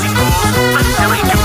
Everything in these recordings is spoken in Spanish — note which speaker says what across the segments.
Speaker 1: chicos 2021.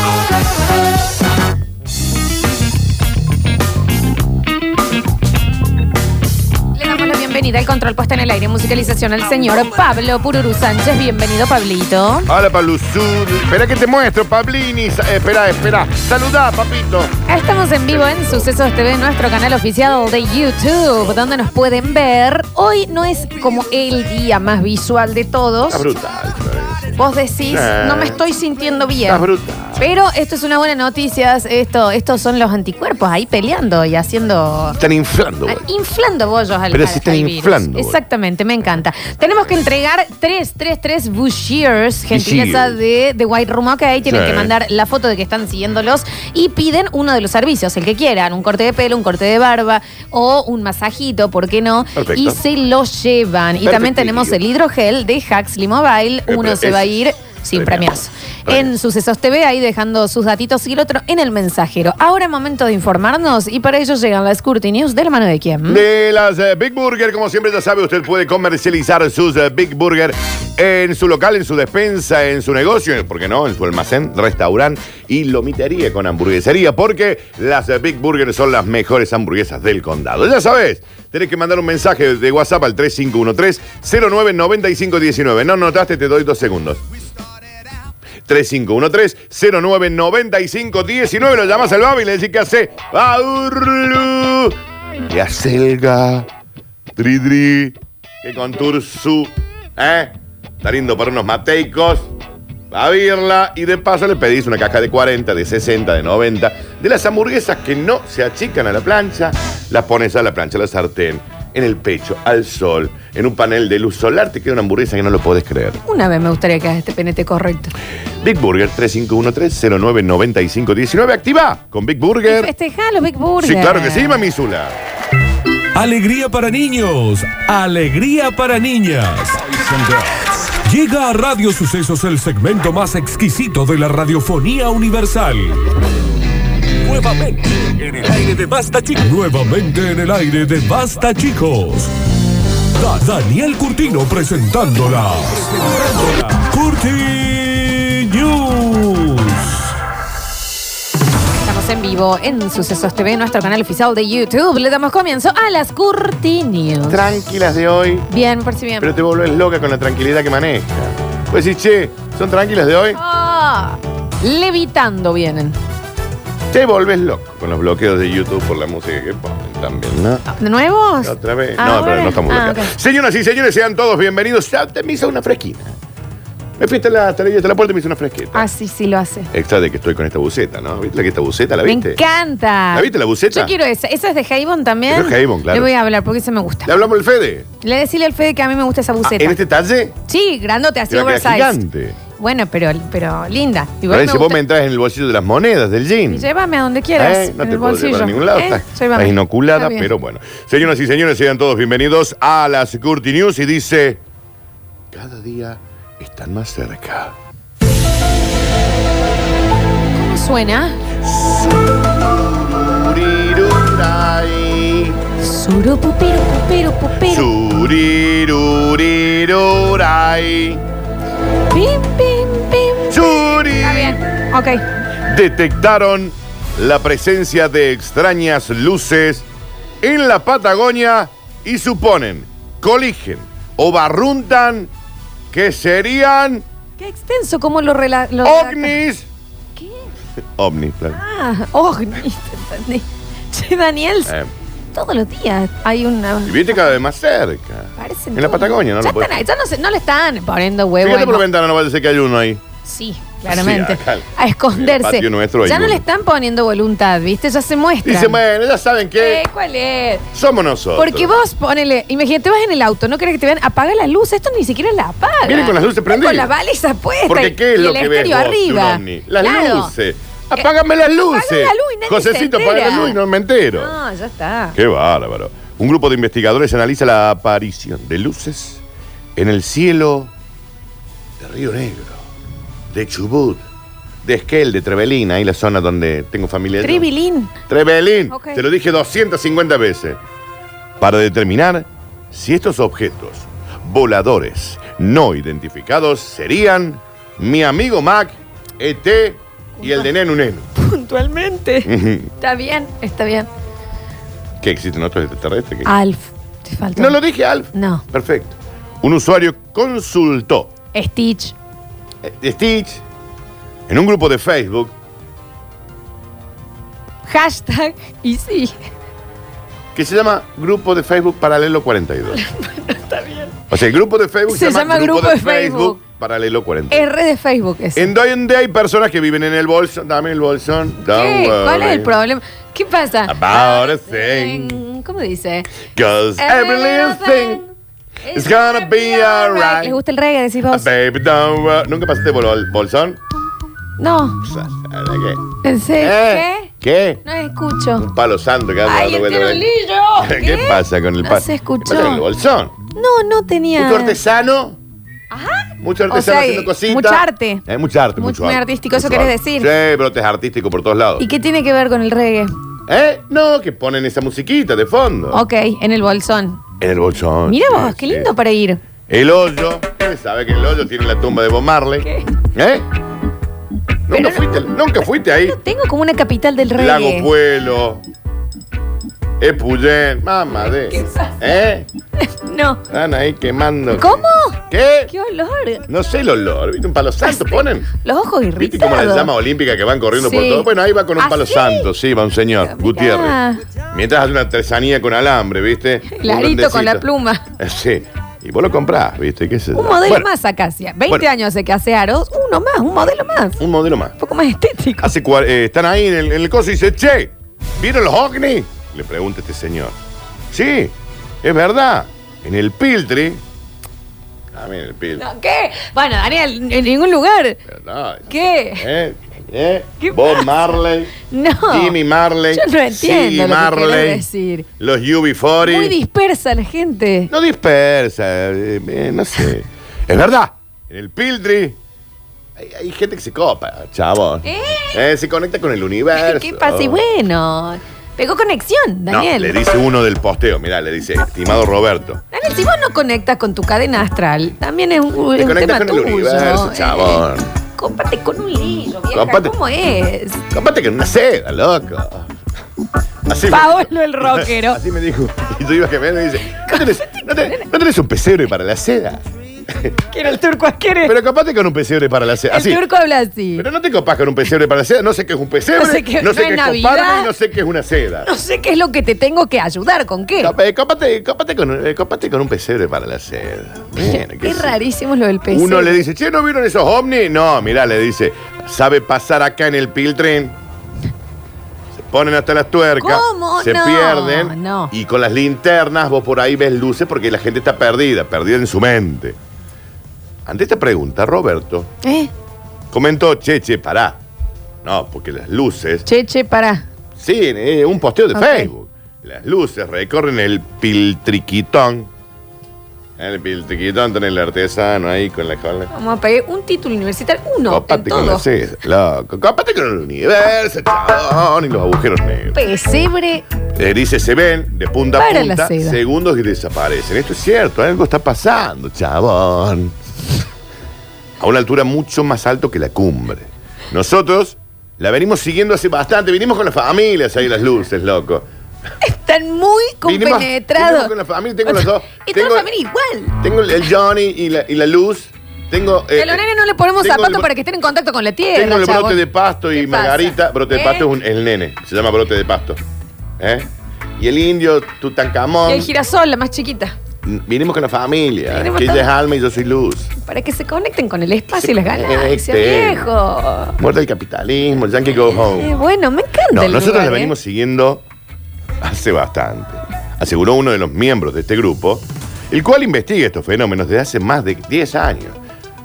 Speaker 2: Le damos la bienvenida al control puesta en el aire, musicalización al señor Pablo Pururu Sánchez. Bienvenido, Pablito.
Speaker 3: Hola, Paluzul. Espera que te muestro, Pablini. Espera, espera. Saludá, papito.
Speaker 2: Estamos en vivo en Sucesos TV, nuestro canal oficial de YouTube, donde nos pueden ver. Hoy no es como el día más visual de todos.
Speaker 3: Está brutal. ¿sabes?
Speaker 2: Vos decís, no me estoy sintiendo
Speaker 3: Está
Speaker 2: bien.
Speaker 3: brutal.
Speaker 2: Pero esto es una buena noticia. Esto, estos son los anticuerpos ahí peleando y haciendo
Speaker 3: Están inflando,
Speaker 2: Ah,
Speaker 3: güey.
Speaker 2: Inflando bollos al
Speaker 3: Pero
Speaker 2: al-
Speaker 3: se están
Speaker 2: al virus.
Speaker 3: inflando, boludo.
Speaker 2: Exactamente, me encanta. Tenemos que entregar 333 Bushiers, gentileza
Speaker 3: Bushiers.
Speaker 2: de The White Room OK. Tienen
Speaker 3: Sí.
Speaker 2: que mandar la foto de que están siguiéndolos y piden uno de los servicios, el que quieran, un corte de pelo, un corte de barba o un masajito, ¿por qué no?
Speaker 3: Perfecto.
Speaker 2: Y se lo llevan. Y también
Speaker 3: Perfecto.
Speaker 2: tenemos el hidrogel de Huxley Mobile.
Speaker 3: pero
Speaker 2: Uno se va a
Speaker 3: ese
Speaker 2: ir
Speaker 3: es
Speaker 2: sin
Speaker 3: premiazo.
Speaker 2: premiazo. En Sucesos TV, ahí dejando sus datitos y el otro en el mensajero. Ahora momento de informarnos y para ello llegan las Curti News de la mano de quién.
Speaker 3: De las eh, Big Burger, como siempre ya sabe, usted puede comercializar sus eh, Big Burger en su local, en su despensa, en su negocio, eh, ¿por qué no? En su almacén, restaurante y lomitería con hamburguesería, porque las eh, Big Burger son las mejores hamburguesas del condado. Ya sabes, tenés que mandar un mensaje de WhatsApp al 3513-099519. No notaste, te doy dos segundos. 3513-099519. Lo llamas al Babi y le decís que hace. Baurlu. Que acelga. Tri tri. Que contursu. ¿Eh? Está lindo para unos mateicos. Va a virla y de paso le pedís una caja de 40, de 60, de 90, de las hamburguesas que no se achican a la plancha, las pones a la plancha, a la sartén, en el pecho, al sol, en un panel de luz solar, te queda una hamburguesa que no lo podés creer.
Speaker 2: Una vez me gustaría que hagas este penete correcto.
Speaker 3: Big Burger 3513-099519. Activa con Big Burger.
Speaker 2: Festeja los Big Burger.
Speaker 3: Sí, claro que sí, mamízula.
Speaker 1: Alegría para niños, alegría para niñas. Llega a Radio Sucesos el segmento más exquisito de la radiofonía universal. Nuevamente en el aire de Basta Chicos. Nuevamente en el aire de Basta Chicos. Da- Daniel Curtino presentándola. Curti News.
Speaker 2: Estamos en vivo en Sucesos TV, nuestro canal oficial de YouTube. Le damos comienzo a las Curti News.
Speaker 3: Tranquilas de hoy,
Speaker 2: Bien, por si bien.
Speaker 3: pero te volvés loca con la tranquilidad que maneja. Pues sí, che, ¿son tranquilas de hoy?
Speaker 2: Ah, levitando vienen.
Speaker 3: Te volvés loco con los bloqueos de YouTube por la música que ponen también, ¿no?
Speaker 2: ¿De nuevos?
Speaker 3: Otra vez.
Speaker 2: Ah,
Speaker 3: No, pero
Speaker 2: bueno.
Speaker 3: no estamos
Speaker 2: Ah,
Speaker 3: bloqueados. Señoras y señores, sean todos bienvenidos. Ya te me hizo una fresquina. Me fui hasta la, hasta la, hasta la puerta y me hizo una fresquita.
Speaker 2: ok. Ah, sí, sí lo hace.
Speaker 3: Extra de que estoy con esta buceta, ¿no? ¿Viste la que esta buceta? ¿La viste?
Speaker 2: Me encanta.
Speaker 3: ¿La viste la buceta?
Speaker 2: Yo quiero esa. ¿Esa es de Javon también?
Speaker 3: Es de Javon, claro.
Speaker 2: Le voy a hablar porque esa me gusta.
Speaker 3: ¿Le hablamos al Fede?
Speaker 2: Le decirle al Fede que a mí me gusta esa
Speaker 3: Ah,
Speaker 2: buceta.
Speaker 3: ¿En este talle?
Speaker 2: Sí, grandote, así
Speaker 3: Te va a
Speaker 2: oversize.
Speaker 3: quedar gigante.
Speaker 2: Bueno, pero, pero linda. Igual
Speaker 3: Florencia,
Speaker 2: me
Speaker 3: vos me
Speaker 2: gusta-
Speaker 3: entras en el bolsillo de las monedas, del jean.
Speaker 2: Llévame a donde quieras.
Speaker 3: Eh, No
Speaker 2: en
Speaker 3: te
Speaker 2: el
Speaker 3: puedo
Speaker 2: bolsillo.
Speaker 3: llevar a ningún lado.
Speaker 2: Eh,
Speaker 3: Está,
Speaker 2: llévame.
Speaker 3: está inoculada,
Speaker 2: Está bien.
Speaker 3: pero bueno. Señoras y señores, sean todos bienvenidos a las Curti News y dice... Cada día están más cerca.
Speaker 2: ¿Cómo suena?
Speaker 3: Surirurai,
Speaker 2: Suru, pupiro, pupiro, pupiro.
Speaker 3: surirurirurai,
Speaker 2: Pim, pim, pim.
Speaker 3: suri-
Speaker 2: Está bien. Ok.
Speaker 3: detectaron la presencia de extrañas luces en la Patagonia y suponen, coligen o barruntan que serían
Speaker 2: Qué extenso cómo lo rela... lo redacta.
Speaker 3: ovnis.
Speaker 2: ¿Qué?
Speaker 3: Ovnis, claro.
Speaker 2: Ah, ovni. te entendí. Che, Daniel,
Speaker 3: Eh,
Speaker 2: todos los días hay una...
Speaker 3: y viste cada vez más cerca.
Speaker 2: Parecen
Speaker 3: En la
Speaker 2: todos.
Speaker 3: Patagonia, ¿no?
Speaker 2: Ya,
Speaker 3: lo podés-
Speaker 2: están ahí, ya no, se- no le están poniendo huevo.
Speaker 3: Fíjate
Speaker 2: al
Speaker 3: por la
Speaker 2: mo-
Speaker 3: ventana, no vaya a ser que hay uno ahí.
Speaker 2: Sí, claramente.
Speaker 3: Sí, acá.
Speaker 2: a esconderse.
Speaker 3: En el patio nuestro hay
Speaker 2: ya no
Speaker 3: uno.
Speaker 2: le están poniendo voluntad, ¿viste? Ya se muestra.
Speaker 3: Dice, bueno, ya saben que
Speaker 2: Eh, ¿Cuál es?
Speaker 3: somos nosotros.
Speaker 2: Porque vos ponele, imagínate, vas en el auto, no querés que te vean, apaga la luz, esto ni siquiera la apaga.
Speaker 3: Viene con las luces
Speaker 2: Está
Speaker 3: prendidas.
Speaker 2: Con las balizas puestas.
Speaker 3: Porque ¿qué es
Speaker 2: y
Speaker 3: lo
Speaker 2: el
Speaker 3: que ves
Speaker 2: estéreo
Speaker 3: vos de un
Speaker 2: arriba.
Speaker 3: ovni? Las
Speaker 2: Claro.
Speaker 3: luces. Apágame las luces.
Speaker 2: apaga la luz y nadie se
Speaker 3: Josecito, apaga la
Speaker 2: entera.
Speaker 3: luz y no me entero.
Speaker 2: No, ya está.
Speaker 3: Qué bárbaro. Un grupo de investigadores analiza la aparición de luces en el cielo de Río Negro, de Chubut, de Esquel, de Trevelín, ahí la zona donde tengo familia. yo.
Speaker 2: Tribilín.
Speaker 3: Trevelín,
Speaker 2: Ok.
Speaker 3: te lo dije 250 veces. Para determinar si estos objetos voladores no identificados serían mi amigo Mac, ET y el de Nenu Nenu.
Speaker 2: Puntualmente.
Speaker 3: Ujú.
Speaker 2: está bien, está bien.
Speaker 3: ¿Que existen otros extraterrestres? que-
Speaker 2: Alf. Te faltó.
Speaker 3: No lo dije, Alf.
Speaker 2: Ah, No.
Speaker 3: Perfecto. Un usuario consultó
Speaker 2: Stitch.
Speaker 3: eh, Stitch en un grupo de Facebook
Speaker 2: Hashtag y sí.
Speaker 3: que se llama Grupo de Facebook Paralelo 42. O sea, el grupo de Facebook
Speaker 2: Se llama Grupo de Facebook.
Speaker 3: Paralelo 42.
Speaker 2: R de Facebook es.
Speaker 3: En donde hay personas que viven en el bolsón, dame el bolsón. don't
Speaker 2: ¿Qué? ¿Cuál es el
Speaker 3: worry.
Speaker 2: problema? ¿Qué pasa?
Speaker 3: About a thing.
Speaker 2: ¿Cómo dice?
Speaker 3: 'Cause every little thing, is gonna be alright.
Speaker 2: ¿Les gusta el reggae? Decís vos.
Speaker 3: Ah, baby don't worry. ¿Nunca pasaste por el bolsón?
Speaker 2: No. ¿En serio?
Speaker 3: ¿Qué?
Speaker 2: ¿Qué?
Speaker 3: ¿Eh? ¿Qué?
Speaker 2: No escucho.
Speaker 3: Un palo santo que anda
Speaker 2: ¡Ay, este
Speaker 3: dando
Speaker 2: el
Speaker 3: vuelta por ahí.
Speaker 2: pirulillo!
Speaker 3: ¿Qué pasa con el
Speaker 2: No
Speaker 3: palo?
Speaker 2: se escuchó.
Speaker 3: ¿Qué pasa con el bolsón?
Speaker 2: No, no tenía.
Speaker 3: Mucho artesano.
Speaker 2: Ajá.
Speaker 3: Mucho
Speaker 2: O
Speaker 3: artesano
Speaker 2: sea,
Speaker 3: haciendo cositas.
Speaker 2: mucha arte.
Speaker 3: Eh, mucha arte,
Speaker 2: Muy-
Speaker 3: mucho
Speaker 2: muy
Speaker 3: arte.
Speaker 2: artístico, eso
Speaker 3: Mucho
Speaker 2: querés
Speaker 3: arte.
Speaker 2: decir.
Speaker 3: Sí, brotes artísticos por todos lados.
Speaker 2: ¿Y qué tiene que ver con el reggae?
Speaker 3: ¿Eh? No, que ponen esa musiquita de fondo.
Speaker 2: Ok, en el bolsón.
Speaker 3: En el bolsón.
Speaker 2: Mira
Speaker 3: Sí,
Speaker 2: vos, qué
Speaker 3: Oh. sí.
Speaker 2: lindo para ir.
Speaker 3: El hoyo. Ustedes saben que el hoyo tiene la tumba de Bob Marley.
Speaker 2: ¿Qué?
Speaker 3: ¿Eh? Nunca
Speaker 2: Pero no-
Speaker 3: fuiste, nunca fuiste ahí.
Speaker 2: Tengo como una capital del reggae.
Speaker 3: Lago Puelo. Epuyén. Mamá de.
Speaker 2: pasa?
Speaker 3: ¿Eh?
Speaker 2: No.
Speaker 3: Están ahí quemando.
Speaker 2: ¿Cómo?
Speaker 3: ¿Qué?
Speaker 2: ¡Qué olor! Este,
Speaker 3: No sé el olor. ¿Viste un palo santo? Ponen.
Speaker 2: Los ojos irritados.
Speaker 3: ¿Viste cómo las llamas olímpicas que van corriendo por
Speaker 2: Sí.
Speaker 3: todo? Bueno, ahí va con un palo
Speaker 2: ¿Ah, sí?
Speaker 3: santo, sí, va un señor,
Speaker 2: Mirá.
Speaker 3: Gutiérrez. Mientras hace una artesanía con alambre, ¿viste?
Speaker 2: Clarito con la
Speaker 3: Redondecito.
Speaker 2: pluma.
Speaker 3: Sí. Y vos lo comprás, ¿viste? ¿Qué es
Speaker 2: Un modelo más, Acacia. 20
Speaker 3: Bueno.
Speaker 2: años hace que hace Aros. Uno más, un modelo más.
Speaker 3: Un modelo más.
Speaker 2: Un poco más estético.
Speaker 3: Hace cua- eh, están ahí en el, en el coso y dice, che, ¿vieron los ovnis? Le pregunta este señor. Sí, es verdad. En el Piltri. Ah, mira, el Piltri.
Speaker 2: No, ¿Qué? Bueno, Daniel, en ningún lugar.
Speaker 3: ¿Verdad?
Speaker 2: ¿qué?
Speaker 3: ¿Eh? ¿Eh?
Speaker 2: ¿Qué
Speaker 3: Bob
Speaker 2: pasa?
Speaker 3: Marley.
Speaker 2: No.
Speaker 3: Jimmy Marley.
Speaker 2: Yo no entiendo
Speaker 3: Siggy
Speaker 2: lo que
Speaker 3: Marley.
Speaker 2: querés decir.
Speaker 3: Los UB40.
Speaker 2: Muy dispersa la gente.
Speaker 3: no dispersa, eh, eh, no sé. es verdad. En el Piltri. Hay, hay gente que se copa, chavos.
Speaker 2: ¿Eh?
Speaker 3: se conecta con el universo.
Speaker 2: ¿Qué pasa? Y bueno, pegó conexión,
Speaker 3: No,
Speaker 2: Daniel.
Speaker 3: le dice uno del posteo, mirá, le dice, estimado Roberto.
Speaker 2: Daniel, si vos no conectas con tu cadena astral, también es un,
Speaker 3: Te
Speaker 2: es un
Speaker 3: conectas
Speaker 2: tema
Speaker 3: con el
Speaker 2: tuyo.
Speaker 3: universo,
Speaker 2: eh.
Speaker 3: chabón.
Speaker 2: Comparte con un libro, vieja.
Speaker 3: Comparte-
Speaker 2: ¿Cómo es?
Speaker 3: Comparte que una seda, loco. Así me-
Speaker 2: Paolo el rockero.
Speaker 3: Así me dijo. Y yo iba gemelo y dice, ¿no tenés, no tenés- no tenés un pesebre para la seda?
Speaker 2: Quiero el turco asqueroso.
Speaker 3: Pero comparte con un pesebre para la seda.
Speaker 2: El
Speaker 3: Así.
Speaker 2: turco habla así.
Speaker 3: Pero no te copas con un pesebre para la seda. No sé qué es un pesebre,
Speaker 2: No sé qué-
Speaker 3: no sé
Speaker 2: no
Speaker 3: qué
Speaker 2: es
Speaker 3: es
Speaker 2: Navidad.
Speaker 3: coparme, no sé qué es una seda.
Speaker 2: No sé qué es lo que te tengo que ayudar, ¿con qué?
Speaker 3: Compa- eh, Comparte, comparte con, un- eh, comparte con un pesebre para la seda. Bueno, qué
Speaker 2: Qué
Speaker 3: sé yo.
Speaker 2: rarísimo es lo del peso.
Speaker 3: Uno le dice, che, ¿no vieron esos ovnis? No, mirá, le dice, ¿sabe pasar acá en el Piltren? Se ponen hasta las tuercas.
Speaker 2: ¿Cómo?
Speaker 3: Se
Speaker 2: No,
Speaker 3: pierden.
Speaker 2: no.
Speaker 3: Y con las linternas vos por ahí ves luces porque la gente está perdida, perdida en su mente. Ante esta pregunta, Roberto
Speaker 2: ¿Eh?
Speaker 3: comentó, che, che, pará. No, porque las luces
Speaker 2: Che, che, pará.
Speaker 3: Sí, eh, un posteo de
Speaker 2: Ok.
Speaker 3: Facebook. Las luces recorren el piltriquitón. El piltriquitón tiene el artesano ahí con la cola.
Speaker 2: Vamos a pedir un título universitario. Uno
Speaker 3: Copate
Speaker 2: en
Speaker 3: con
Speaker 2: todo.
Speaker 3: la seda, loco. Copate con el universo, chabón, y los agujeros negros.
Speaker 2: Pesebre.
Speaker 3: Eh, dice, se ven de punta a
Speaker 2: Para la
Speaker 3: punta,
Speaker 2: seda.
Speaker 3: segundos y desaparecen. Esto es cierto, algo está pasando, chabón. A una altura mucho más alto que la cumbre. Nosotros la venimos siguiendo hace bastante. Vinimos con las familias ahí, las luces, loco.
Speaker 2: Están muy
Speaker 3: Vinimos-
Speaker 2: compenetrados.
Speaker 3: vinimos con la familia, tengo los dos.
Speaker 2: Y toda
Speaker 3: Tengo-
Speaker 2: la familia igual.
Speaker 3: Tengo el- el Johnny y la, y la luz. Tengo. eh,
Speaker 2: a los nenes no le ponemos
Speaker 3: tengo
Speaker 2: zapatos
Speaker 3: el-
Speaker 2: para que estén en contacto con la tierra.
Speaker 3: Tengo el
Speaker 2: chabón.
Speaker 3: brote de pasto y
Speaker 2: ¿Qué pasa?
Speaker 3: Margarita. Brote de
Speaker 2: ¿Eh?
Speaker 3: pasto es un- el nene. Se llama brote de pasto. ¿Eh? Y el indio Tutankamón.
Speaker 2: Y el girasol, la más chiquita.
Speaker 3: N- Vinimos con la familia.
Speaker 2: Vinimos
Speaker 3: Que ella es
Speaker 2: todos.
Speaker 3: alma y yo soy luz.
Speaker 2: Para que se conecten con el espacio y las galaxias,
Speaker 3: conecten.
Speaker 2: viejo.
Speaker 3: Muerta el capitalismo, el yankee go home.
Speaker 2: Eh, bueno, me encanta
Speaker 3: No,
Speaker 2: el
Speaker 3: nosotros
Speaker 2: lugar,
Speaker 3: la
Speaker 2: ¿eh?
Speaker 3: venimos siguiendo hace bastante. Aseguró uno de los miembros de este grupo, el cual investiga estos fenómenos desde hace más de 10 años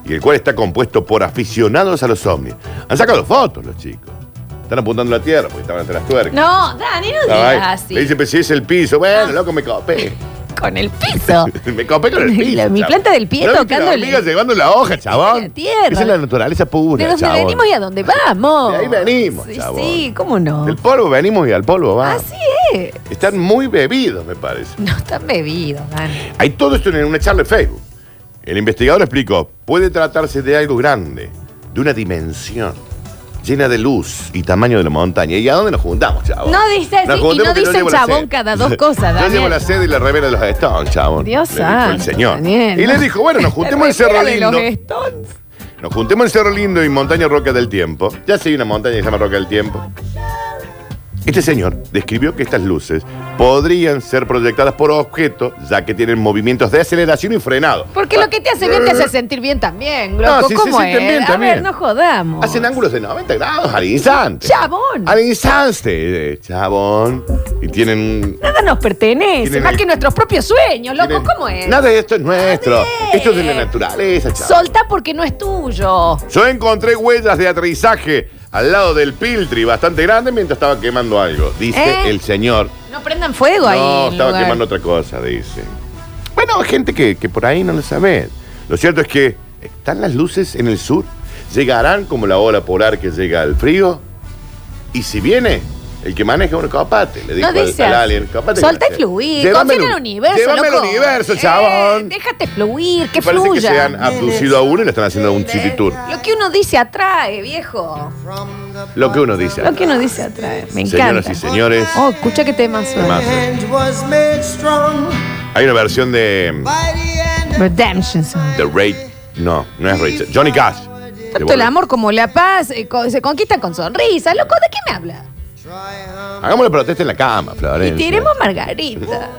Speaker 3: y el cual está compuesto por aficionados a los ovnis. Han sacado fotos los chicos. Están apuntando a la tierra porque estaban entre las tuercas.
Speaker 2: No, Dani, no
Speaker 3: Estaba ahí.
Speaker 2: digas así. Ah.
Speaker 3: Le dice, pero si es el piso. Bueno, loco, me copé.
Speaker 2: con el piso.
Speaker 3: Me copé con el
Speaker 2: La-
Speaker 3: piso.
Speaker 2: mi
Speaker 3: chabón.
Speaker 2: planta del pie
Speaker 3: ¿No viste
Speaker 2: tocando
Speaker 3: la
Speaker 2: el-
Speaker 3: hormiga llevando la hoja, chabón.
Speaker 2: La tierra.
Speaker 3: Esa es la naturaleza pura,
Speaker 2: ¿De dónde
Speaker 3: chabón.
Speaker 2: venimos y a dónde vamos?
Speaker 3: De ahí venimos,
Speaker 2: Sí,
Speaker 3: chabón.
Speaker 2: sí, cómo no.
Speaker 3: Del polvo venimos y al polvo vamos.
Speaker 2: Así es.
Speaker 3: Están muy bebidos, me parece.
Speaker 2: No están bebidos, Dan.
Speaker 3: Hay todo esto en una charla de Facebook. El investigador explicó, puede tratarse de algo grande, de una dimensión, llena de luz y tamaño de la montaña. ¿Y a dónde nos juntamos, chabón?
Speaker 2: No dice
Speaker 3: Nos
Speaker 2: así, y
Speaker 3: juntemos
Speaker 2: no
Speaker 3: que yo
Speaker 2: dice
Speaker 3: llevo la
Speaker 2: chabón
Speaker 3: sed.
Speaker 2: cada dos cosas,
Speaker 3: Yo llevo
Speaker 2: Daniel.
Speaker 3: la sed y la remera de los Stones, chabón.
Speaker 2: Dios
Speaker 3: le dijo el
Speaker 2: santo,
Speaker 3: señor.
Speaker 2: Daniel.
Speaker 3: Y le dijo, bueno, nos juntemos en
Speaker 2: La
Speaker 3: Cerro
Speaker 2: remera de
Speaker 3: Lindo.
Speaker 2: los Stones.
Speaker 3: Nos juntemos en Cerro Lindo y Montaña Roca del Tiempo. Ya sé, hay una montaña que se llama Roca del Tiempo. Este señor describió que estas luces podrían ser proyectadas por objetos, ya que tienen movimientos de aceleración y frenado.
Speaker 2: Porque lo que te hace bien te hace sentir bien también, loco.
Speaker 3: No, si se
Speaker 2: ¿Cómo es?
Speaker 3: sienten bien
Speaker 2: a ver,
Speaker 3: también.
Speaker 2: no jodamos.
Speaker 3: Hacen ángulos de 90 grados al instante.
Speaker 2: Chabón.
Speaker 3: Al instante, eh, chabón. Y tienen...
Speaker 2: Nada nos pertenece,
Speaker 3: Tienen
Speaker 2: más
Speaker 3: el-
Speaker 2: que nuestros propios sueños, loco.
Speaker 3: tienen-
Speaker 2: ¿Cómo es?
Speaker 3: Nada de esto es nuestro.
Speaker 2: Joder.
Speaker 3: Esto es de la naturaleza, chabón.
Speaker 2: Solta porque no es tuyo.
Speaker 3: Yo encontré huellas de aterrizaje al lado del Piltri, bastante grande, mientras estaba quemando algo, dice
Speaker 2: ¿Eh?
Speaker 3: el señor.
Speaker 2: No prendan fuego ahí.
Speaker 3: No,
Speaker 2: en
Speaker 3: estaba
Speaker 2: lugar.
Speaker 3: quemando otra cosa, dice. Bueno, gente que, que por ahí no lo sabe. Lo cierto es que están las luces en el sur, llegarán como la ola polar que llega al frío, y si viene, el que maneja un copate, le dijo
Speaker 2: No
Speaker 3: al-
Speaker 2: dice
Speaker 3: al,
Speaker 2: así.
Speaker 3: alien. copate,
Speaker 2: Solta y
Speaker 3: copate.
Speaker 2: fluir.
Speaker 3: Llévame
Speaker 2: Confía en el universo,
Speaker 3: Llévame
Speaker 2: loco.
Speaker 3: al universo,
Speaker 2: Eh,
Speaker 3: chabón.
Speaker 2: déjate fluir, que
Speaker 3: Parece que
Speaker 2: fluya.
Speaker 3: se han abducido a uno y le están haciendo un city tour.
Speaker 2: Lo que uno dice atrae, viejo.
Speaker 3: Lo que uno dice.
Speaker 2: Lo que uno dice atrae. Me encanta.
Speaker 3: Señoras y señores,
Speaker 2: Oh, escucha que tema suena.
Speaker 3: Temazo. hay una versión de
Speaker 2: Redemption Song.
Speaker 3: The Raid. No, no es Raid. Johnny Cash.
Speaker 2: Tanto el amor como la paz eh, co- se conquista con sonrisa. Loco, ¿de qué me habla?
Speaker 3: Hagamos la protesta en la cama,
Speaker 2: Y
Speaker 3: Florencia.
Speaker 2: tiremos margarita.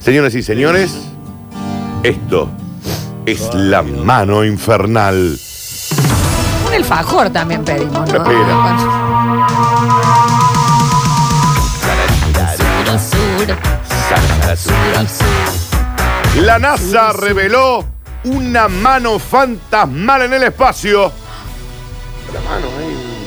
Speaker 3: Señoras y señores, esto es la mano infernal.
Speaker 2: Un alfajor también pedimos, ¿no?
Speaker 3: Una pera. La NASA reveló una mano fantasmal en el espacio.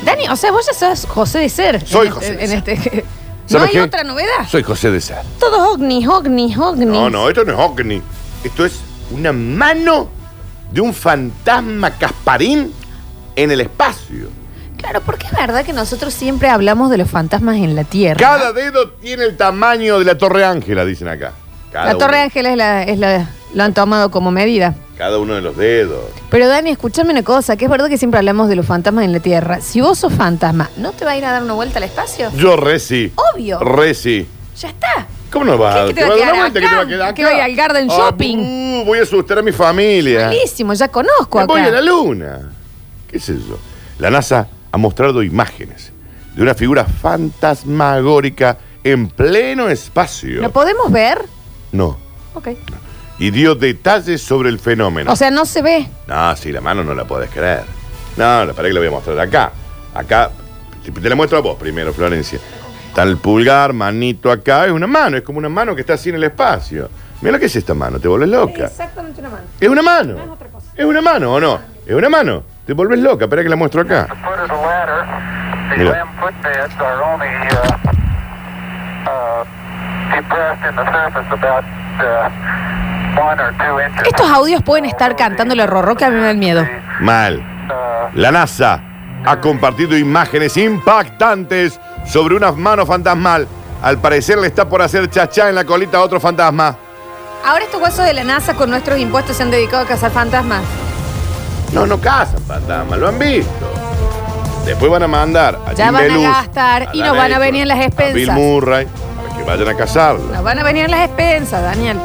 Speaker 2: Dani, o sea, vos ya sos José de Ser.
Speaker 3: Soy
Speaker 2: en
Speaker 3: José
Speaker 2: este-
Speaker 3: de
Speaker 2: en este- No
Speaker 3: ¿Sabes
Speaker 2: hay
Speaker 3: qué?
Speaker 2: otra novedad.
Speaker 3: Soy José de Sá.
Speaker 2: Todos ovnis, ovnis, ovnis.
Speaker 3: No, no, esto no es ovni. Esto es una mano de un fantasma casparín en el espacio.
Speaker 2: Claro, porque es verdad que nosotros siempre hablamos de los fantasmas en la Tierra.
Speaker 3: Cada dedo tiene el tamaño de la Torre Ángela, dicen acá. Cada
Speaker 2: la Torre
Speaker 3: uno-
Speaker 2: Ángela es la, es la- lo han tomado como medida.
Speaker 3: Cada uno de los dedos.
Speaker 2: Pero Dani, escúchame una cosa, que es verdad que siempre hablamos de los fantasmas en la Tierra. Si vos sos fantasma, ¿no te va a ir a dar una vuelta al espacio?
Speaker 3: Yo Resi.
Speaker 2: Obvio.
Speaker 3: Resi.
Speaker 2: Ya está.
Speaker 3: ¿Cómo no vas
Speaker 2: ¿Qué, que te va a
Speaker 3: dar
Speaker 2: quedar
Speaker 3: una vuelta?
Speaker 2: acá?
Speaker 3: ¿Qué te va a quedar
Speaker 2: ¿Que
Speaker 3: acá?
Speaker 2: voy al Garden
Speaker 3: Ah,
Speaker 2: Shopping?
Speaker 3: uh, voy a asustar a mi familia.
Speaker 2: Buenísimo, ya conozco
Speaker 3: Me
Speaker 2: acá.
Speaker 3: voy a la luna. ¿Qué es eso? La NASA ha mostrado imágenes de una figura fantasmagórica en pleno espacio.
Speaker 2: ¿Lo podemos ver?
Speaker 3: No.
Speaker 2: Ok.
Speaker 3: Y dio detalles sobre el fenómeno.
Speaker 2: O sea, no se ve.
Speaker 3: no, sí, la mano no la podés creer. No, la para que la voy a mostrar acá. Acá, te, te la muestro a vos primero, Florencia. Está el pulgar, manito acá, es una mano, es como una mano que está así en el espacio. Mira lo que es esta mano, te vuelves loca.
Speaker 2: Exactamente una mano.
Speaker 3: Es una mano. Es una mano, ¿o no? Es una mano. Te volvés loca, espera que la muestro acá.
Speaker 4: foot of the ladder. The
Speaker 3: Mira.
Speaker 4: lamb footbeds are only uh, uh, depressed in the surface about uh, one or two inches.
Speaker 2: Estos audios pueden estar cantándole a Rorro que a mí me da el miedo.
Speaker 3: Mal.
Speaker 4: Uh,
Speaker 3: La NASA ha compartido imágenes impactantes sobre una mano fantasmal. Al parecer le está por hacer chachá en la colita a otro fantasma.
Speaker 2: Ahora estos huesos de la NASA con nuestros impuestos se han dedicado a cazar fantasmas.
Speaker 3: No, no cazan fantasmas, lo han visto. Después van a mandar a
Speaker 2: Ya
Speaker 3: Jim
Speaker 2: van a
Speaker 3: DeLuz,
Speaker 2: gastar y
Speaker 3: Dan
Speaker 2: nos van a
Speaker 3: Aykroyd,
Speaker 2: venir las expensas.
Speaker 3: A Bill Murray, para que vayan a cazarlo.
Speaker 2: Nos van a venir las expensas, Daniel.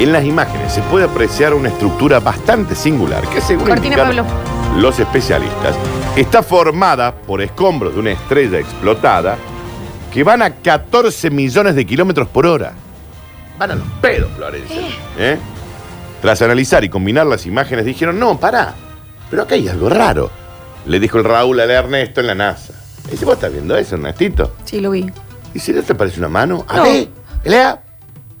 Speaker 3: En las imágenes se puede apreciar una estructura bastante singular que según
Speaker 2: Cortina,
Speaker 3: indican
Speaker 2: Pablo.
Speaker 3: los especialistas está formada por escombros de una estrella explotada que van a 14 millones de kilómetros por hora. Van a los pedos, Florencia. ¿Eh? Tras analizar y combinar las imágenes dijeron, no, pará, pero acá hay algo raro. Le dijo el Raúl al Ernesto en la NASA. Y Dice, vos estás viendo eso, Ernestito.
Speaker 2: Sí, lo vi.
Speaker 3: Y si no te parece una mano, a
Speaker 2: No.
Speaker 3: ver, Lea.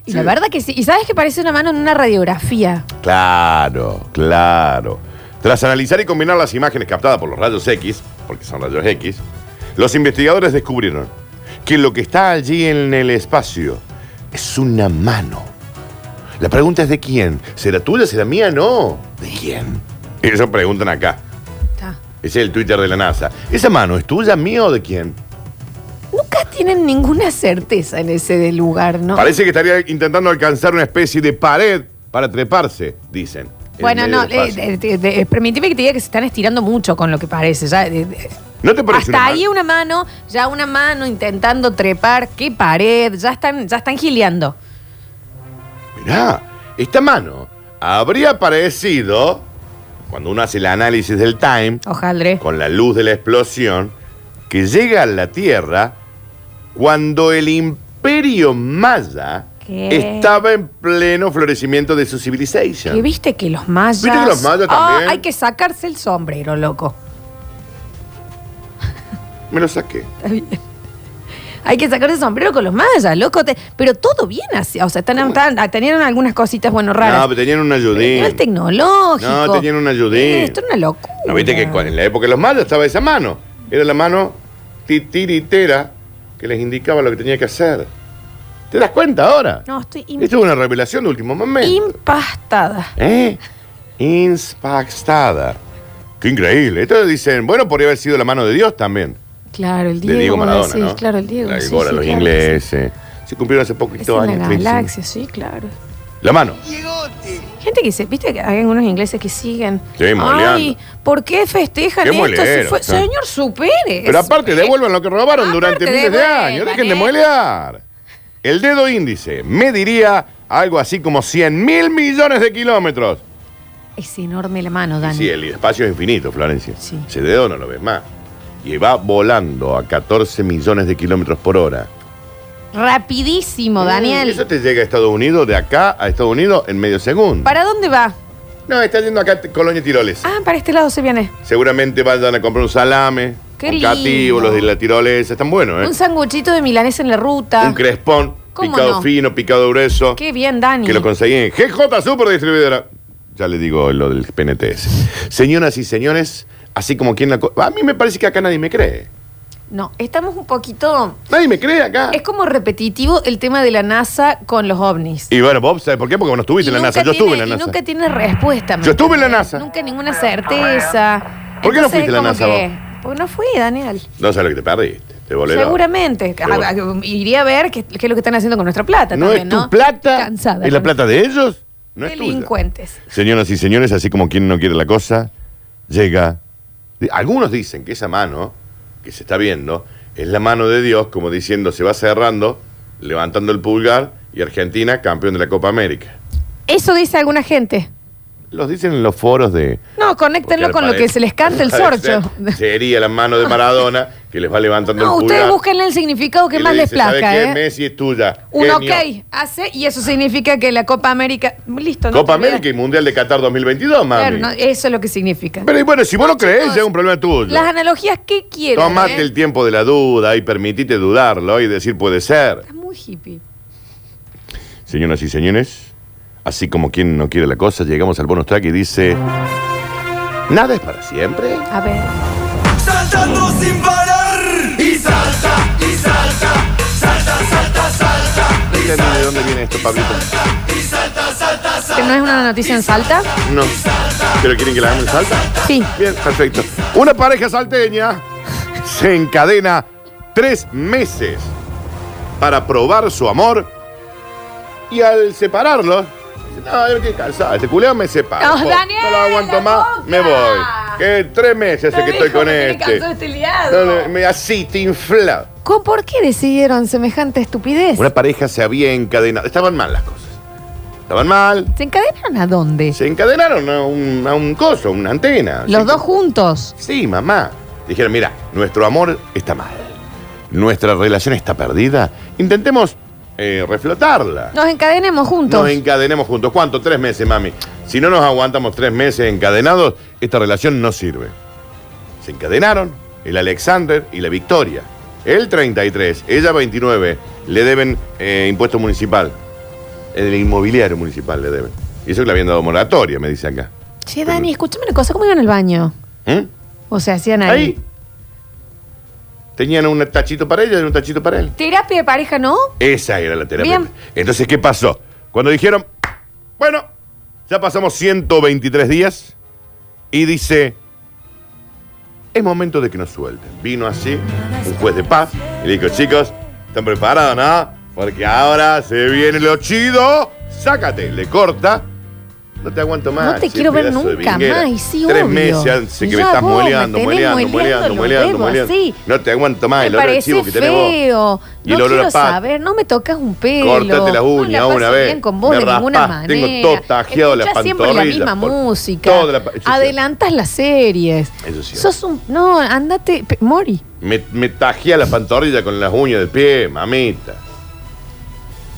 Speaker 2: Y la verdad que sí. Y sabes que parece una mano en una radiografía.
Speaker 3: Claro, claro. Tras analizar y combinar las imágenes captadas por los rayos X, porque son rayos X, los investigadores descubrieron que lo que está allí en el espacio es una mano La pregunta es de quién. ¿Será tuya? ¿Será mía? No. ¿De quién? Eso preguntan acá.
Speaker 2: Está.
Speaker 3: Ese es el Twitter de la NASA. ¿Esa mano es tuya, mía o de quién?
Speaker 2: Nunca tienen ninguna certeza en ese de lugar, ¿no?
Speaker 3: Parece que estaría intentando alcanzar una especie de pared para treparse, dicen. en
Speaker 2: Bueno,
Speaker 3: medio
Speaker 2: no,
Speaker 3: del espacio.
Speaker 2: eh, eh, eh, eh, permitime que te diga que se están estirando mucho con lo que parece. Ya, eh, eh,
Speaker 3: ¿No te parece?
Speaker 2: Hasta
Speaker 3: una
Speaker 2: ahí
Speaker 3: mano?
Speaker 2: una mano, ya una mano intentando trepar, qué pared, ya están, ya están gileando.
Speaker 3: Mirá, esta mano habría aparecido, cuando uno hace el análisis del time,
Speaker 2: Ojalá.
Speaker 3: con la luz de la explosión, que llega a la Tierra cuando el imperio maya
Speaker 2: ¿Qué?
Speaker 3: estaba en pleno florecimiento de su
Speaker 2: Que
Speaker 3: civilización.
Speaker 2: viste que los mayas.
Speaker 3: ¿Viste que los mayas también?
Speaker 2: Ah, hay que sacarse el sombrero, loco.
Speaker 3: Me lo saqué.
Speaker 2: Está bien. Hay que sacarse el sombrero con los mayas, loco. te- Pero todo bien así. O sea, están, están- ah, tenían algunas cositas, bueno,
Speaker 3: No,
Speaker 2: raras.
Speaker 3: pero tenían un ayudín.
Speaker 2: Pero es tecnológico.
Speaker 3: No, tenían un ayudín.
Speaker 2: Eh, Esto es una locura.
Speaker 3: ¿No viste que cu- en la época de los mayas estaba esa mano? Era la mano titiritera que les indicaba lo que tenía que hacer. ¿Te das cuenta ahora?
Speaker 2: No, estoy im-
Speaker 3: Esto es una revelación de último momento.
Speaker 2: impastada.
Speaker 3: ¿Eh? Inspactada. Qué increíble. Entonces dicen, bueno, podría haber sido la mano de Dios también.
Speaker 2: Claro, el
Speaker 3: De
Speaker 2: Diego.
Speaker 3: Diego
Speaker 2: vos
Speaker 3: Maradona,
Speaker 2: decís,
Speaker 3: ¿no?
Speaker 2: Claro, el Diego.
Speaker 3: La
Speaker 2: sí,
Speaker 3: gol a
Speaker 2: sí,
Speaker 3: los
Speaker 2: claro,
Speaker 3: ingleses. Se cumplieron hace
Speaker 2: sí.
Speaker 3: poquito
Speaker 2: Es en
Speaker 3: años.
Speaker 2: la
Speaker 3: 35.
Speaker 2: galaxia, sí, claro.
Speaker 3: La mano.
Speaker 2: Gente que se, viste que hay algunos ingleses que siguen.
Speaker 3: Sí,
Speaker 2: Ay,
Speaker 3: moleando.
Speaker 2: ¿por qué festejan
Speaker 3: Qué
Speaker 2: esto? Si
Speaker 3: molero,
Speaker 2: fue-
Speaker 3: sí.
Speaker 2: Señor, supere.
Speaker 3: Pero aparte, devuelvan lo que robaron
Speaker 2: Aparte,
Speaker 3: durante miles de
Speaker 2: devuelvan,
Speaker 3: años. Dejen de
Speaker 2: ¿eh?
Speaker 3: molear. El dedo índice mediría algo así como 100 mil millones de kilómetros.
Speaker 2: Es enorme la mano, Dani.
Speaker 3: Sí, el espacio es infinito, Florencia.
Speaker 2: Sí.
Speaker 3: Ese dedo no lo ves más. Y va volando a 14 millones de kilómetros por hora.
Speaker 2: Rapidísimo,
Speaker 3: Mm,
Speaker 2: Daniel.
Speaker 3: Eso te llega a Estados Unidos, de acá a Estados Unidos, en medio segundo.
Speaker 2: ¿Para dónde va?
Speaker 3: No, está yendo acá a T- Colonia Tiroles.
Speaker 2: Ah, para este lado se viene.
Speaker 3: Seguramente vayan a comprar un salame,
Speaker 2: Qué
Speaker 3: un
Speaker 2: lindo.
Speaker 3: cativo, los de la Tirolesa. Están buenos, ¿eh?
Speaker 2: Un sanguchito de milanesa en la ruta.
Speaker 3: Un crespón,
Speaker 2: ¿Cómo
Speaker 3: picado
Speaker 2: no?
Speaker 3: fino, picado grueso.
Speaker 2: Qué bien, Dani.
Speaker 3: Que lo conseguí en GJ Super Distribuidora. Ya le digo lo del PNTS. Señoras y señores, así como quien la... co- A mí me parece que acá nadie me cree.
Speaker 2: No, estamos un poquito.
Speaker 3: Nadie me cree acá.
Speaker 2: Es como repetitivo el tema de la NASA con los ovnis.
Speaker 3: Y bueno, Bob, ¿sabes por qué? Porque vos no estuviste en la
Speaker 2: Y
Speaker 3: NASA.
Speaker 2: nunca
Speaker 3: Yo estuve en
Speaker 2: tiene-
Speaker 3: la
Speaker 2: y
Speaker 3: NASA.
Speaker 2: nunca tiene respuesta. ¿me
Speaker 3: Yo estuve en la
Speaker 2: entendés?
Speaker 3: NASA.
Speaker 2: Nunca ninguna certeza.
Speaker 3: Ah, ¿Por qué no
Speaker 2: Entonces
Speaker 3: fuiste a la
Speaker 2: es
Speaker 3: NASA
Speaker 2: como que-
Speaker 3: vos?
Speaker 2: Porque no fui, Daniel.
Speaker 3: No sabes lo que te perdiste. Te volé loco.
Speaker 2: Seguramente.
Speaker 3: Seguro.
Speaker 2: Ah, ah, Iría a ver qué, qué es lo que están haciendo con nuestra plata
Speaker 3: No
Speaker 2: también,
Speaker 3: es tu
Speaker 2: ¿no?
Speaker 3: plata.
Speaker 2: Cansada.
Speaker 3: Es la plata de ellos. No es tuya.
Speaker 2: Delincuentes.
Speaker 3: Señoras y señores, así como quien no quiere la cosa, llega. Di- Algunos dicen que esa mano que se está viendo es la mano de Dios, como diciendo se va cerrando, levantando el pulgar y Argentina campeón de la Copa América.
Speaker 2: Eso dice alguna gente.
Speaker 3: Los dicen en los foros de.
Speaker 2: No,
Speaker 3: porque
Speaker 2: conéctenlo
Speaker 3: al
Speaker 2: con lo que
Speaker 3: parecer-
Speaker 2: se les canta el
Speaker 3: al parecer
Speaker 2: sorcho.
Speaker 3: Sería la mano de Maradona que les va levantando
Speaker 2: No,
Speaker 3: el pulgar.
Speaker 2: ustedes búsquenle el significado que
Speaker 3: y le
Speaker 2: más les
Speaker 3: dice, "¿Sabes
Speaker 2: plazca,
Speaker 3: qué?
Speaker 2: ¿eh?
Speaker 3: Messi es tuya.
Speaker 2: Un
Speaker 3: genio".
Speaker 2: ok hace y eso significa que la Copa América. Listo, ¿no?
Speaker 3: Copa
Speaker 2: Te olvidas.
Speaker 3: América y Mundial de Qatar 2022, mami.
Speaker 2: Claro, no, eso es lo que significa.
Speaker 3: Pero y bueno, si vos no crees,
Speaker 2: chicos,
Speaker 3: ya es un problema tuyo.
Speaker 2: Las analogías, ¿qué quieren?
Speaker 3: Tomate
Speaker 2: eh?
Speaker 3: el tiempo de la duda y permitite dudarlo y decir puede ser.
Speaker 2: Está muy hippie.
Speaker 3: Señoras y señores, así como quien no quiere la cosa, llegamos al bonus track y dice... Nada es para siempre.
Speaker 2: A ver.
Speaker 5: Saltando sin parar. Y salta, y salta, salta, salta, salta.
Speaker 3: Díganme de dónde viene esto, Pablito.
Speaker 2: ¿Que no es una noticia en Salta?
Speaker 3: No. ¿Pero quieren que la hagan en salta?
Speaker 2: Sí.
Speaker 3: Bien, perfecto. Una pareja salteña se encadena tres meses para probar su amor y al separarlos, dice, no, yo estoy cansado, este culeado me separa.
Speaker 2: No,
Speaker 3: po,
Speaker 2: Daniel,
Speaker 3: no lo aguanto
Speaker 2: la
Speaker 3: más,
Speaker 2: boca.
Speaker 3: me voy. Que tres meses hace que estoy con este. No, no, me así, te infla.
Speaker 2: ¿Con por qué decidieron semejante estupidez?
Speaker 3: Una pareja se había encadenado. Estaban mal las cosas. Estaban mal.
Speaker 2: ¿Se encadenaron a dónde?
Speaker 3: Se encadenaron a un, a un coso, una antena.
Speaker 2: Los
Speaker 3: Se
Speaker 2: dos juntos.
Speaker 3: Sí, mamá. Dijeron, mira, nuestro amor está mal. Nuestra relación está perdida. Intentemos eh, reflotarla.
Speaker 2: Nos encadenemos juntos.
Speaker 3: Nos encadenemos juntos. ¿Cuánto? Tres meses, mami. Si no nos aguantamos tres meses encadenados, esta relación no sirve. Se encadenaron el Alexander y la Victoria. Él 33, ella 29. Le deben eh, impuesto municipal. El inmobiliario municipal le deben. Y eso que le habían dado moratoria, me dice acá.
Speaker 2: Che, Dani, escúchame una cosa. ¿Cómo iban al baño?
Speaker 3: ¿Mm?
Speaker 2: O sea, hacían ahí.
Speaker 3: Ahí. Tenían un tachito para ella y un tachito para él.
Speaker 2: Terapia de pareja, ¿no?
Speaker 3: Esa era la terapia.
Speaker 2: Bien.
Speaker 3: Entonces, ¿qué pasó? Cuando dijeron, Bueno, ya pasamos 123 días y dice, es momento de que nos suelten. Vino así un juez de paz y le dijo, chicos, ¿están preparados, no? Porque ahora se viene lo chido. Sácate, le corta. No te aguanto más.
Speaker 2: No te
Speaker 3: che,
Speaker 2: quiero ver
Speaker 3: pedazo de
Speaker 2: nunca
Speaker 3: vinguera.
Speaker 2: más, sí,
Speaker 3: Tres
Speaker 2: obvio.
Speaker 3: meses ya sé que me
Speaker 2: Ya
Speaker 3: estás
Speaker 2: vos me
Speaker 3: mueleando,
Speaker 2: tenés
Speaker 3: mueleando,
Speaker 2: mueleando
Speaker 3: mueleando,
Speaker 2: los
Speaker 3: mueleando,
Speaker 2: dedos
Speaker 3: mueleando.
Speaker 2: así.
Speaker 3: No te aguanto más,
Speaker 2: Me
Speaker 3: Ah, el olor de
Speaker 2: parece
Speaker 3: chivo que tenés vos.
Speaker 2: feo.
Speaker 3: Y el
Speaker 2: No
Speaker 3: olor a
Speaker 2: quiero
Speaker 3: pata.
Speaker 2: saber, no me tocas un pelo.
Speaker 3: Cortate las
Speaker 2: No
Speaker 3: uñas
Speaker 2: la
Speaker 3: una
Speaker 2: paso
Speaker 3: vez.
Speaker 2: bien con vos
Speaker 3: Me
Speaker 2: de ninguna
Speaker 3: raspás, tengo
Speaker 2: manera.
Speaker 3: todo tajeado la
Speaker 2: Escuchás siempre la
Speaker 3: pantorrilla,
Speaker 2: misma
Speaker 3: por-
Speaker 2: música.
Speaker 3: toda la pa- eso sí.
Speaker 2: Adelantas las series.
Speaker 3: Eso sí.
Speaker 2: Sos un... No, andate... pe- Mori.
Speaker 3: Me, me tajea la pantorrilla con las uñas del pie, mamita.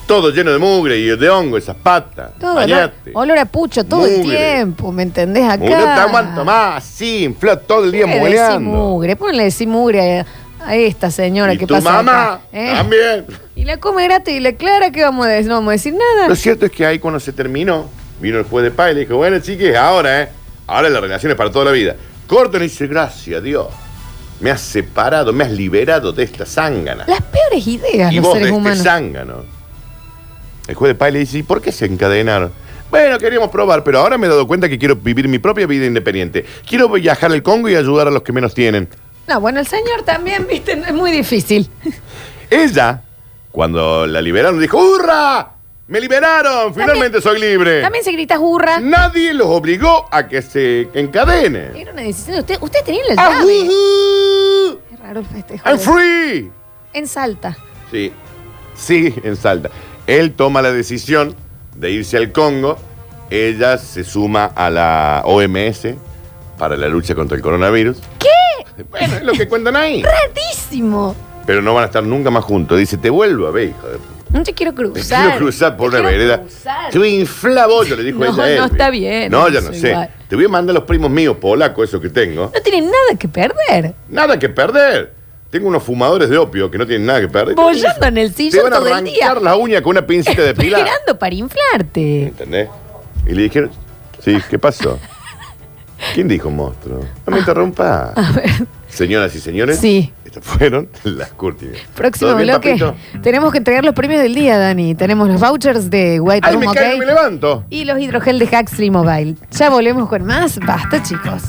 Speaker 3: Todo lleno de mugre y de hongo, esas patas.
Speaker 2: Todo,
Speaker 3: Bañate.
Speaker 2: ¿no? Olor a pucho todo el
Speaker 3: Mugre.
Speaker 2: tiempo, ¿me entendés? Acá.
Speaker 3: Mugre, No te aguanto más, sí, infló todo el día
Speaker 2: Ponle decir
Speaker 3: mueleando.
Speaker 2: mugre, ponle decir mugre a- a esta señora
Speaker 3: Y
Speaker 2: que
Speaker 3: tu
Speaker 2: pasa
Speaker 3: mamá
Speaker 2: acá, ¿eh?
Speaker 3: también.
Speaker 2: Y la come gratis y la clara, ¿qué vamos a decir? No vamos a decir nada.
Speaker 3: Lo cierto es que ahí cuando se terminó, vino el juez de paz y le dijo, bueno, chiques, ahora, ¿eh? Ahora la relación es para toda la vida. Cortan y dice, gracias a Dios. Me has separado, me has liberado de esta zángana.
Speaker 2: Las peores ideas
Speaker 3: y
Speaker 2: los
Speaker 3: vos de
Speaker 2: seres
Speaker 3: este
Speaker 2: humanos.
Speaker 3: zángano. El juez de paz le dice, ¿y por qué se encadenaron? Bueno, queríamos probar, pero ahora me he dado cuenta que quiero vivir mi propia vida independiente. Quiero viajar al Congo y ayudar a los que menos tienen.
Speaker 2: No, bueno, el señor también, viste, es muy difícil.
Speaker 3: Ella, cuando la liberaron, dijo, ¡hurra! ¡Me liberaron! ¡Finalmente soy libre!
Speaker 2: También se grita hurra.
Speaker 3: Nadie los obligó a que se encadenen.
Speaker 2: Era una decisión de usted. Ustedes tenían la
Speaker 3: Ah,
Speaker 2: llave.
Speaker 3: uh, uh,
Speaker 2: Qué raro festejo.
Speaker 3: ¡I'm free!
Speaker 2: En Salta.
Speaker 3: Sí, sí, en Salta. Él toma la decisión de irse al Congo. Ella se suma a la OMS para la lucha contra el coronavirus. ¿Qué? Bueno, es lo que cuentan ahí.
Speaker 2: ¡Rarísimo!
Speaker 3: Pero no van a estar nunca más juntos. Dice, te vuelvo a ver, hijo de...
Speaker 2: No te quiero
Speaker 3: Te
Speaker 2: cruzar.
Speaker 3: quiero cruzar por
Speaker 2: Te
Speaker 3: una
Speaker 2: quiero
Speaker 3: vereda.
Speaker 2: cruzar.
Speaker 3: Tú infla vos, yo le dijo
Speaker 2: No,
Speaker 3: ella a
Speaker 2: no
Speaker 3: él.
Speaker 2: está bien,
Speaker 3: No,
Speaker 2: no
Speaker 3: ya no
Speaker 2: soy
Speaker 3: sé.
Speaker 2: igual.
Speaker 3: Te voy a mandar a los primos míos polacos, esos que tengo.
Speaker 2: No tienen nada que perder.
Speaker 3: Nada que perder. Tengo unos fumadores de opio que no tienen nada que perder.
Speaker 2: Bollando en el
Speaker 3: Te
Speaker 2: sillón
Speaker 3: van a
Speaker 2: todo el día.
Speaker 3: arrancar las uñas con una pincita de pilar.
Speaker 2: Esperando para inflarte.
Speaker 3: ¿Entendés? Y le dijeron, sí, ¿qué pasó? ¿Quién dijo monstruo? No me interrumpa. Señoras y señores,
Speaker 2: Sí.
Speaker 3: estas fueron las curtidas.
Speaker 2: Próximo
Speaker 3: ¿Todo bien,
Speaker 2: bloque.
Speaker 3: papito?
Speaker 2: Tenemos que entregar los premios del día, Dani. Tenemos los vouchers de White
Speaker 3: Ay,
Speaker 2: Room,
Speaker 3: me
Speaker 2: ¿ok?
Speaker 3: caigo y me levanto.
Speaker 2: Y los hidrogel de Hacksley Mobile. Ya volvemos con más. Basta, chicos.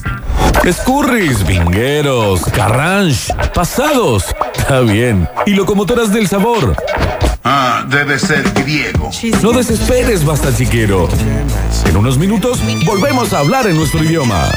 Speaker 1: Escurris, vingueros, carranche, pasados. Está bien. Y locomotoras del sabor.
Speaker 6: Ah, debe ser griego.
Speaker 1: No desesperes, basta chiquero. En unos minutos volvemos a hablar en nuestro idioma.